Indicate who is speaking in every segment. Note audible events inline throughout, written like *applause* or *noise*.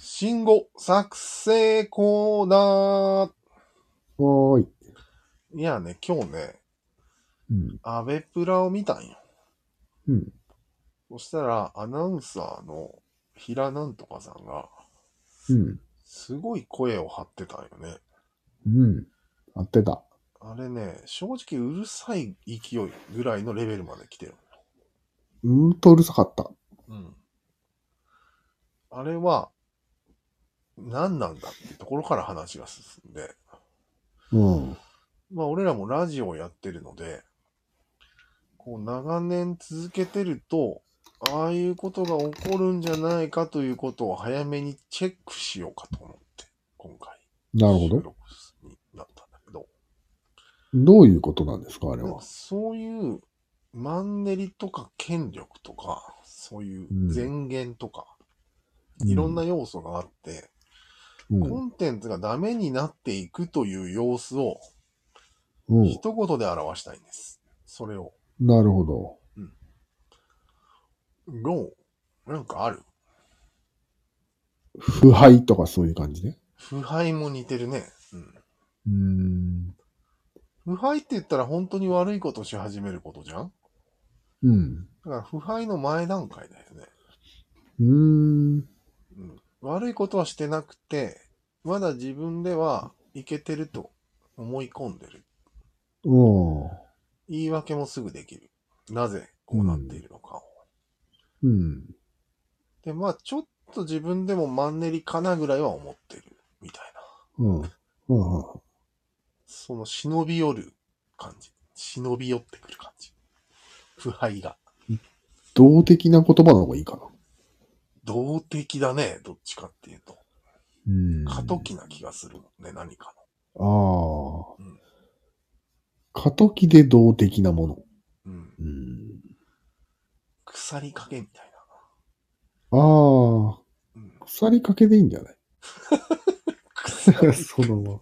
Speaker 1: 信号作成コーナー。
Speaker 2: おーい。
Speaker 1: いやね、今日ね、
Speaker 2: うん。
Speaker 1: アベプラを見たんよ。
Speaker 2: うん。
Speaker 1: そしたら、アナウンサーの平なんとかさんが、
Speaker 2: うん。
Speaker 1: すごい声を張ってたんよね。
Speaker 2: うん。合ってた。
Speaker 1: あれね、正直うるさい勢いぐらいのレベルまで来てる。
Speaker 2: うーとうるさかった。
Speaker 1: うん。あれは、何なんだっていうところから話が進んで、
Speaker 2: うん。
Speaker 1: まあ俺らもラジオをやってるので、こう長年続けてると、ああいうことが起こるんじゃないかということを早めにチェックしようかと思って、今回。
Speaker 2: なるほ
Speaker 1: 収
Speaker 2: ど。
Speaker 1: 録になったんだけど。
Speaker 2: どういうことなんですか、あれ
Speaker 1: なん
Speaker 2: は
Speaker 1: か。そういうマンネリとか権力とか、そういう前言とか、いろんな要素があって、
Speaker 2: うん。
Speaker 1: コンテンツがダメになっていくという様子を
Speaker 2: うん。
Speaker 1: 一言で表したいんです。それを。
Speaker 2: なるほど。
Speaker 1: ロー、なんかある
Speaker 2: 腐敗とかそういう感じね。
Speaker 1: 腐敗も似てるね。
Speaker 2: うーん。
Speaker 1: うん。腐敗って言ったら本当に悪いことし始めることじゃん
Speaker 2: うん。
Speaker 1: だから腐敗の前段階だよね。
Speaker 2: うーん。
Speaker 1: うん。悪いことはしてなくて、まだ自分ではいけてると思い込んでる。
Speaker 2: おー
Speaker 1: 言い訳もすぐできる。なぜこうなっているのかを。
Speaker 2: うん。
Speaker 1: で、まあちょっと自分でもマンネリかなぐらいは思ってる。みたいな。
Speaker 2: うん。うん。
Speaker 1: その忍び寄る感じ。忍び寄ってくる感じ。腐敗が。
Speaker 2: 動的な言葉の方がいいかな。
Speaker 1: 動的だね、どっちかっていうと。
Speaker 2: うん。
Speaker 1: 過渡期な気がするもんね、何か
Speaker 2: ああ
Speaker 1: うん。
Speaker 2: 過渡期で動的なもの。
Speaker 1: の。うん。
Speaker 2: うん。
Speaker 1: 腐りかけみたい
Speaker 2: ああ。
Speaker 1: な。うん。
Speaker 2: 腐りかけでいいんじゃない
Speaker 1: 腐
Speaker 2: *laughs*
Speaker 1: り
Speaker 2: そのま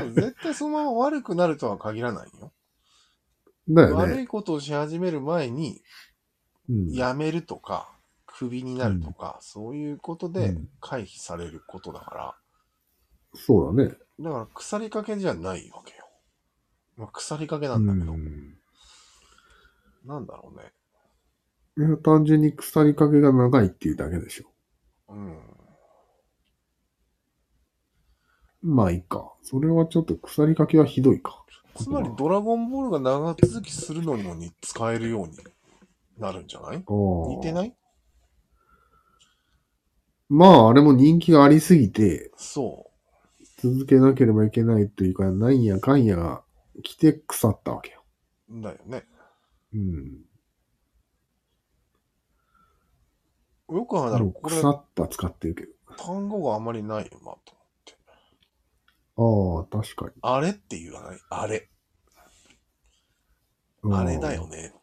Speaker 1: でも絶対そのまま悪くなるとは限らないよ。
Speaker 2: だよ
Speaker 1: 悪
Speaker 2: ね。
Speaker 1: いことをし始める前に、
Speaker 2: うん、
Speaker 1: やめるとか、クビになるとか、そういうこと
Speaker 2: う
Speaker 1: で
Speaker 2: ん
Speaker 1: 回避されることだか
Speaker 2: そうだね。
Speaker 1: ら。だから腐りかけじゃないわけよ。まあ、腐りかけな
Speaker 2: うん
Speaker 1: だけど、
Speaker 2: ん。
Speaker 1: なんだろうね。
Speaker 2: いや、単純に腐りかけが長いっていうだけでしょ。
Speaker 1: うん。
Speaker 2: まあいいか。それはちょっと腐りかけはひどいか。
Speaker 1: つまりドラゴンボールが長続きするのにもに使えるようになるんじゃない似
Speaker 2: 似
Speaker 1: て
Speaker 2: い
Speaker 1: ない
Speaker 2: まあ、あれも人気がありすぎて、
Speaker 1: そ
Speaker 2: 続けなければいけないというか、なんやかんやが来て腐ったわけよ。
Speaker 1: う。だよね。
Speaker 2: うん。
Speaker 1: よくは
Speaker 2: で
Speaker 1: だろ
Speaker 2: も
Speaker 1: う、これ
Speaker 2: 腐った使ってるけ
Speaker 1: 単語があんまりないよなと思って。
Speaker 2: ど。ああ、確かに。
Speaker 1: あれって言わないあれ。
Speaker 2: うん
Speaker 1: あれだよ。ね。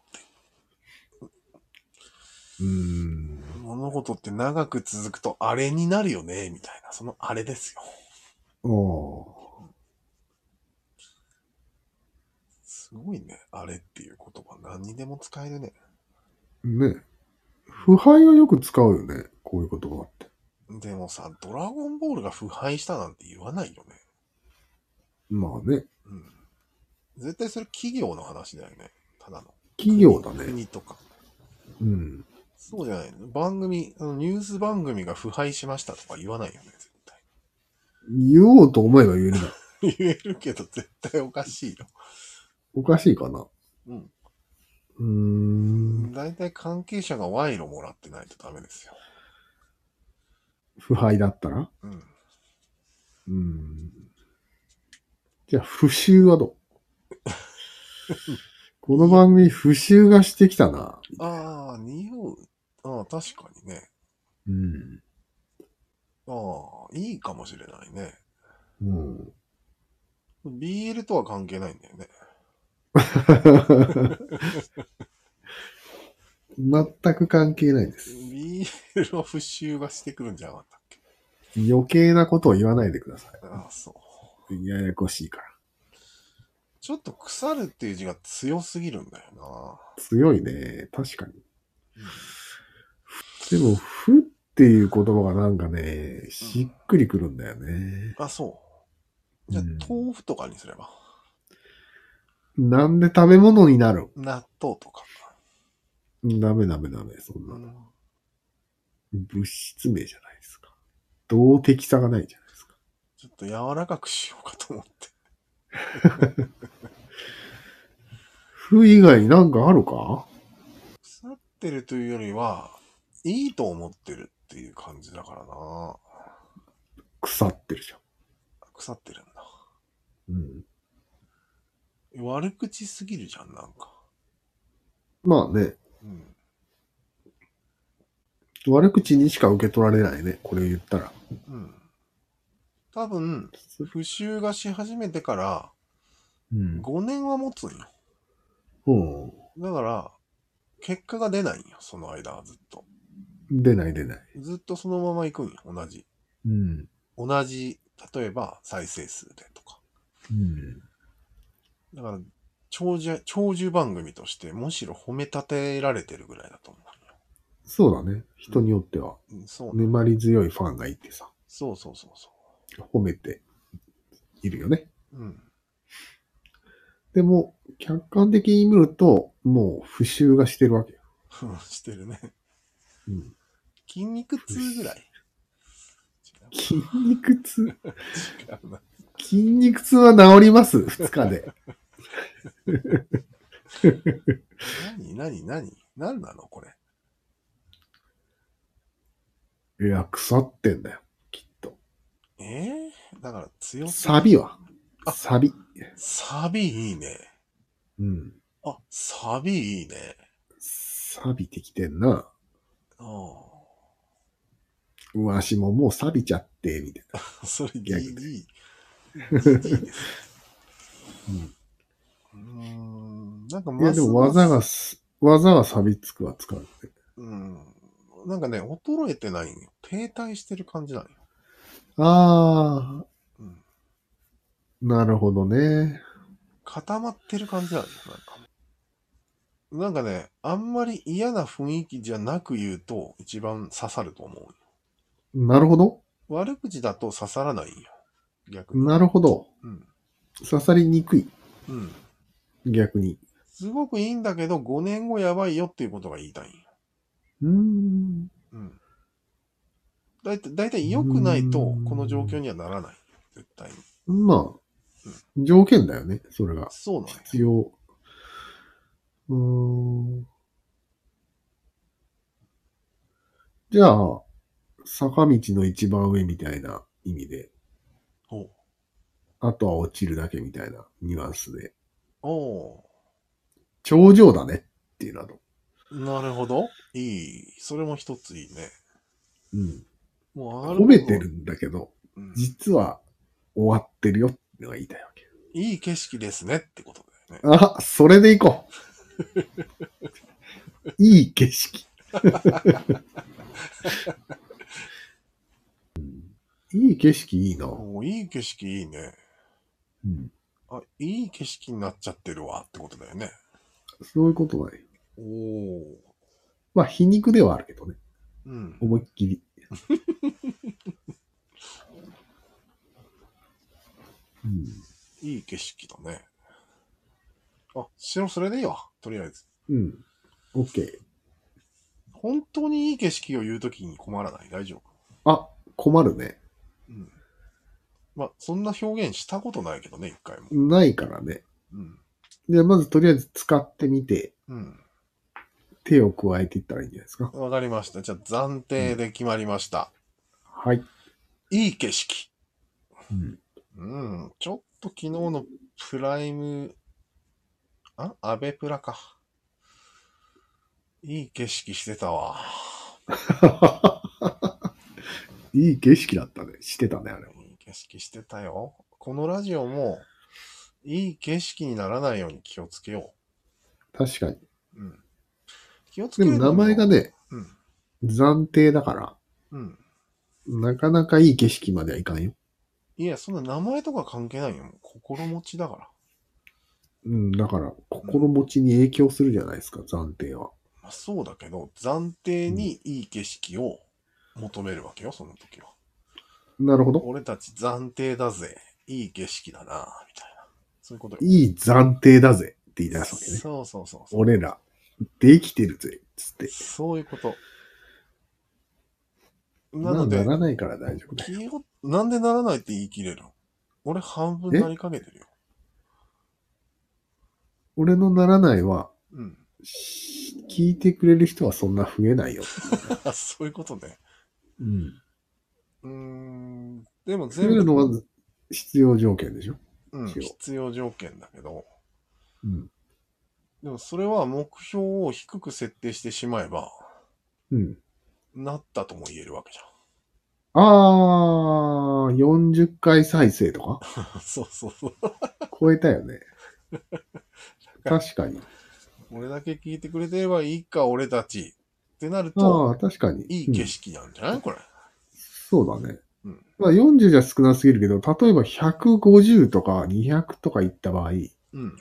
Speaker 2: うん。
Speaker 1: 物事って長く続くとあれになるよね、みたいな。そのあれですよ。
Speaker 2: ああ。
Speaker 1: すごいね。あれっていう言葉何にでも使えるね。
Speaker 2: ね。腐敗はよく使うよね。こういう言葉って。
Speaker 1: でもさ、ドラゴンボールが腐敗したなんて言わないよね。
Speaker 2: まあね。
Speaker 1: うん。絶対それ企業の話だよね。ただの。
Speaker 2: 企業だね。
Speaker 1: 国とか。
Speaker 2: うん。
Speaker 1: そうじゃないの。番組、あのニュース番組が腐敗しましたとか言わないよね、絶
Speaker 2: 言おうと思えば言えるな。
Speaker 1: 対。言えるけど絶対おかしいよ。
Speaker 2: おかしいかな。
Speaker 1: うん。
Speaker 2: うーん。
Speaker 1: 大体関係者が賄賂もらってないとダメですよ。
Speaker 2: 腐敗だったら
Speaker 1: うん。
Speaker 2: うん。じゃあ、腐臭はどうこの番組、腐臭がしてきたな。
Speaker 1: ああ、匂う。ああ、確かにね。
Speaker 2: うん。
Speaker 1: ああ、いいかもしれないね。
Speaker 2: うん。 *laughs*
Speaker 1: BL とは関係ないんだよね。
Speaker 2: 全く関係ないです。
Speaker 1: BL の復習がしてくるんじゃなかったっけ
Speaker 2: 余計なことを言わないでくださ
Speaker 1: ああ、そう。
Speaker 2: い。ややこしいから。
Speaker 1: ちょっと腐るっていう字が強すぎるんだよ
Speaker 2: 強いね。確かに
Speaker 1: うん。
Speaker 2: でも、ふっっていう言葉がなんかね、しっくりくるんだよね。
Speaker 1: あ、そう。じゃあ
Speaker 2: うん、
Speaker 1: 豆腐とかにすれば。
Speaker 2: なんで食べ物になる
Speaker 1: 納豆とか。
Speaker 2: ダメダメダメ、そん
Speaker 1: う
Speaker 2: なの。
Speaker 1: ん
Speaker 2: 物質名じゃないですか。動的さがないじゃないですか。
Speaker 1: ちょっと柔らかくしようかと思って。
Speaker 2: ふ以外になんかあるか
Speaker 1: 腐ってるというよりは、いいと思ってるっていう感じだからな。
Speaker 2: 腐ってるじ
Speaker 1: 腐ってるんだ。
Speaker 2: ゃん。うん。
Speaker 1: 悪口すぎるじゃん、なんか。
Speaker 2: まあね、
Speaker 1: うん。
Speaker 2: 悪口にしか受け取られないね。これ言ったら。
Speaker 1: うん。多分、復讐がし始めてから
Speaker 2: うん。
Speaker 1: 5年は持つんよ。
Speaker 2: うん。
Speaker 1: だから、結果が出ないんよ、その間はずっと。
Speaker 2: 出ない出ない。
Speaker 1: ずっとそのまま行くんよ、同じ。
Speaker 2: うん。
Speaker 1: 同じ、例えば再生数でとか。
Speaker 2: うん。
Speaker 1: だから、長寿、長寿番組として、むしろ褒め立てられてるぐらいだと思
Speaker 2: そうだね。人によっては、
Speaker 1: うよ。うん、そうね。
Speaker 2: 粘り強いファンがいてさ、
Speaker 1: そうそうそうそ
Speaker 2: 褒めているよね。
Speaker 1: う。うん。
Speaker 2: でも、客観的に見ると、もう、不習がしてるわけよ。
Speaker 1: *laughs* してるね。
Speaker 2: うん。
Speaker 1: 筋肉痛ぐらい。
Speaker 2: 筋肉痛。
Speaker 1: 違うな。
Speaker 2: 筋肉痛は治ります。2日 *laughs* で。
Speaker 1: 何何何何なのこれ。
Speaker 2: いや、腐ってんだよ。きっと。
Speaker 1: えー、だから強すぎ
Speaker 2: サビは
Speaker 1: あ
Speaker 2: サビ。
Speaker 1: サビいいね。
Speaker 2: うん。
Speaker 1: あ、サビいいね。
Speaker 2: 錆びてきてんな。
Speaker 1: あ
Speaker 2: わしももう錆びちゃって、みたいな。
Speaker 1: あ。それ DD。
Speaker 2: ギャグ
Speaker 1: DD です。うーん。なんか
Speaker 2: いや、でも技が
Speaker 1: す。
Speaker 2: す、技が錆びつくは使うね。
Speaker 1: うん。なんかね、衰えてないんよ。停滞してる感じなんよ。
Speaker 2: あ
Speaker 1: うん。
Speaker 2: ー、なるほどね。
Speaker 1: 固まってる感じなんよ。なんか。なんかね、あんまり嫌な雰囲気じゃなく言うと、一番刺さると思うよ。
Speaker 2: なるほど。
Speaker 1: 悪口だと刺さらないんよ。逆に。
Speaker 2: なるほど。
Speaker 1: うん。
Speaker 2: 刺さりにくい。
Speaker 1: うん。
Speaker 2: 逆に。
Speaker 1: すごくいいんだけど、5年後やばいよっていうことが言いたいんよ。
Speaker 2: うーん。
Speaker 1: うん。だいたい、だいたい良くないと
Speaker 2: うーん、
Speaker 1: この状況にはならない。絶対に。
Speaker 2: まあ、条件だよね。それが。
Speaker 1: そうなんよ。
Speaker 2: 必要。うーん。じゃあ、坂道の一番上みたいな意味で、
Speaker 1: おう
Speaker 2: あとは落ちるだけみたいなニュアンスで、
Speaker 1: お
Speaker 2: 頂上だねっていうなど。
Speaker 1: うなるほど。いい。それも一ついいね。
Speaker 2: うん。
Speaker 1: もうある
Speaker 2: 褒めてるんだけど、
Speaker 1: うん
Speaker 2: 実は終わってるよっていうのが言いたいわけ。
Speaker 1: いい景色ですねってことだよね。
Speaker 2: あ、それでいこう。いい景色。うんいい景色いいな。
Speaker 1: おういい景色いいね。
Speaker 2: うん
Speaker 1: あ、いい景色になっちゃってるわってことだよね。
Speaker 2: そういうことはね。
Speaker 1: おお。
Speaker 2: まあ、皮肉ではあるけどね。
Speaker 1: うん。
Speaker 2: 思いっきり。うん、
Speaker 1: いい景色だね。あ、白それでいいわ。とりあえず。
Speaker 2: うん。OK。
Speaker 1: 本当にいい景色を言うときに困らない。大丈夫。
Speaker 2: あ、困るね。
Speaker 1: うん。まあ、そんな表現したことないけどね、一回も。
Speaker 2: ないからね。
Speaker 1: うん。
Speaker 2: じゃあ、まずとりあえず使ってみて、
Speaker 1: うん。
Speaker 2: 手を加えていったらいいんじゃないですか。
Speaker 1: わかりました。じゃあ、暫定で決まりました。
Speaker 2: はい。
Speaker 1: いい景色。
Speaker 2: うん、
Speaker 1: うん。ちょっと昨日のプライム、あアベプラか。いい景色してたわ。
Speaker 2: *laughs* いい景色だったね。してたね、あれ。
Speaker 1: いい景色してたよ。このラジオも、いい景色にならないように気をつけよ
Speaker 2: 確かに。
Speaker 1: う。うん。気をつけ
Speaker 2: で
Speaker 1: る
Speaker 2: も名前が
Speaker 1: ね。
Speaker 2: ね、
Speaker 1: うん。
Speaker 2: 暫定だから、
Speaker 1: うん。
Speaker 2: なかなかいい景色まではいかんよ。
Speaker 1: いや、そんな名前とか関係ないよ。もう心持ちだから。
Speaker 2: うん、だから、心持ちに影響するじゃないですか、暫定は。
Speaker 1: まあ、そうだけど、暫定にいい景色を求めるわけよ、その時は。
Speaker 2: なるほど。
Speaker 1: 俺たち暫定だぜ。いい景色だな、みたいな。そういうことよ。
Speaker 2: いい暫定だぜって言い出すわけね。
Speaker 1: そうそうそうそう。
Speaker 2: 俺ら、できてるぜっつって。
Speaker 1: そういうこと。な
Speaker 2: な
Speaker 1: ので
Speaker 2: な、らないから大丈夫だよ。
Speaker 1: 気を、なんでならないって言い切れるの俺半分
Speaker 2: え
Speaker 1: なりかけてるよ。
Speaker 2: 俺のならないは、
Speaker 1: うん。 *laughs*
Speaker 2: し聞いてくれる人はそんな増えないよ。
Speaker 1: あそういうことね。
Speaker 2: うん。
Speaker 1: うーん。でも
Speaker 2: 増え
Speaker 1: 全
Speaker 2: るの
Speaker 1: 部、
Speaker 2: は必要条件でしょ。
Speaker 1: うん、
Speaker 2: 必要
Speaker 1: 必要条件だけど、
Speaker 2: うん。
Speaker 1: でもそれは目標を低く設定してしまえば、
Speaker 2: うん。
Speaker 1: なったとも言えるわけじゃ
Speaker 2: あー、40回再生とか
Speaker 1: ん。 *laughs* そうそうそう。
Speaker 2: 超えたよ
Speaker 1: *laughs*
Speaker 2: ね。確かに。
Speaker 1: 俺だけ聞いてくれてればいいか、俺たち。ってなると、
Speaker 2: あー、確かに。
Speaker 1: いい景
Speaker 2: うん
Speaker 1: 色なんじゃない、これ。
Speaker 2: そうだね。
Speaker 1: うん
Speaker 2: まあ40じゃ少なすぎるけど、例えば150とか200とかいった場合、
Speaker 1: うん。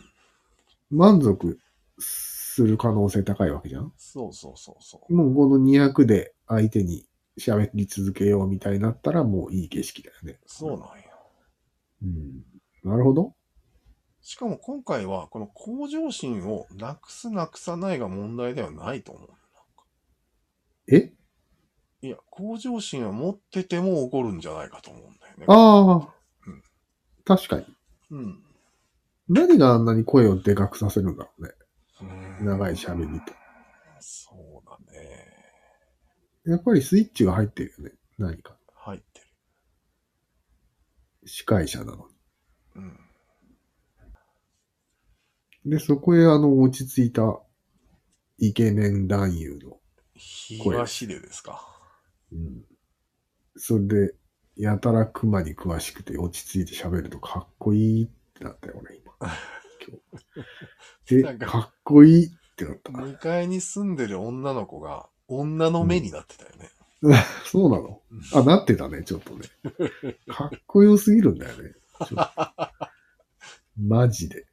Speaker 2: 満足する可能性高いわけじゃん
Speaker 1: そうそうそうそう。
Speaker 2: もうこの200で相手に喋り続けようみたいになったらもういい景色だよね。
Speaker 1: そうなんよ。
Speaker 2: うん。なるほど。
Speaker 1: しかも今回は、この向上心をなくすなくさないが問題ではないと思う。
Speaker 2: え
Speaker 1: いや、向上心は持ってても起こるんじゃないかと思うんだよね。
Speaker 2: ああ
Speaker 1: うん。
Speaker 2: 確かに。
Speaker 1: うん。
Speaker 2: 何があんなに声をでかくさせるんだろうね。長い
Speaker 1: 喋
Speaker 2: 喋りと。
Speaker 1: そうだね。
Speaker 2: やっぱりスイッチが入ってるよね。何か。
Speaker 1: 入ってる。
Speaker 2: 司会者なの
Speaker 1: うん。
Speaker 2: に。で、そこへあの落ち着いたイケメン男優の。
Speaker 1: 東でですか。
Speaker 2: うん。それで、やたら熊に詳しくて落ち着いて喋るとかっこいいってなったよ、俺今。
Speaker 1: な
Speaker 2: 今
Speaker 1: ん
Speaker 2: 日。え、
Speaker 1: か
Speaker 2: かっこいいってなった。
Speaker 1: 2階に住んでる女の子が、女の目になってたよね。
Speaker 2: そうなのあ、なってたね、ちょっとね。
Speaker 1: *laughs*
Speaker 2: かっこよすぎるんだよね。ちょっとマジで。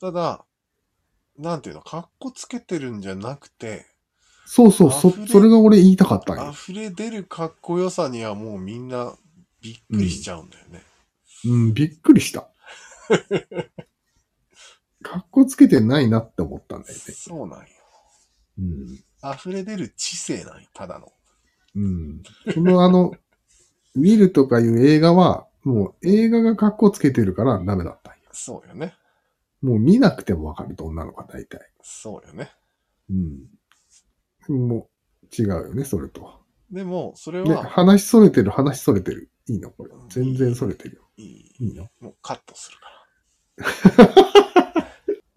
Speaker 1: ただ、なんていうの、格好つけてるんじゃなくて、
Speaker 2: そうそう、そ、
Speaker 1: 溢れ
Speaker 2: それが俺言いたかったんよ。
Speaker 1: 溢れ出るかっこよさにはもうみんなびっくりしちゃうんだよね。
Speaker 2: うん、びっく
Speaker 1: *laughs*
Speaker 2: りした。かっこつけてないなって思ったんだよね。
Speaker 1: そうなんよ。
Speaker 2: うん。
Speaker 1: 溢れ出る知性なんよ、ただの。
Speaker 2: うん。そのあの、 *laughs* 見るとかいう映画は、もう映画が格好つけてるからダメだったんよ。
Speaker 1: そうよね。
Speaker 2: もう見なくてもわかると女の子は大体。
Speaker 1: そうよね。
Speaker 2: うん。もう違うよね、それとは。
Speaker 1: でも、それ
Speaker 2: ね、
Speaker 1: は、
Speaker 2: 話それてる、話それてる。いいのこれ。全然それてるよ。
Speaker 1: いい、
Speaker 2: いいの
Speaker 1: もうカットするか